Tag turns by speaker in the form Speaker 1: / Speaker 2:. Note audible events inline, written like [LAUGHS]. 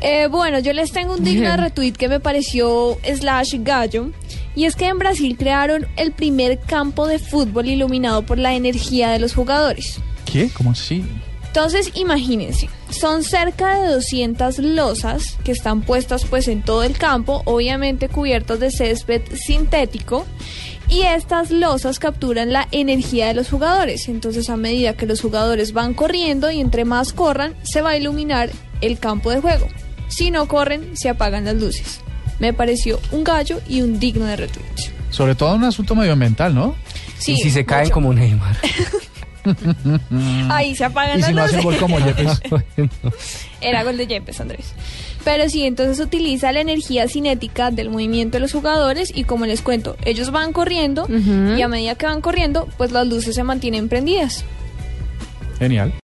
Speaker 1: Eh, bueno, yo les tengo un digno retweet que me pareció slash gallo. Y es que en Brasil crearon el primer campo de fútbol iluminado por la energía de los jugadores.
Speaker 2: ¿Qué? ¿Cómo así?
Speaker 1: Entonces, imagínense, son cerca de 200 losas que están puestas pues en todo el campo, obviamente cubiertas de césped sintético, y estas losas capturan la energía de los jugadores. Entonces, a medida que los jugadores van corriendo y entre más corran, se va a iluminar el campo de juego. Si no corren, se apagan las luces. Me pareció un gallo y un digno de retweet.
Speaker 2: Sobre todo un asunto medioambiental, ¿no?
Speaker 1: Sí,
Speaker 3: y si se caen
Speaker 1: mucho. [LAUGHS]
Speaker 3: como Neymar. [LAUGHS]
Speaker 1: Ahí se apagan
Speaker 2: Y
Speaker 1: las
Speaker 2: si no
Speaker 1: luces.
Speaker 2: hace gol como Yepes.
Speaker 1: Era gol de Yepes, Andrés. Pero sí, entonces utiliza la energía cinética del movimiento de los jugadores y como les cuento, ellos van corriendo y a medida que van corriendo, pues las luces se mantienen prendidas.
Speaker 2: Genial.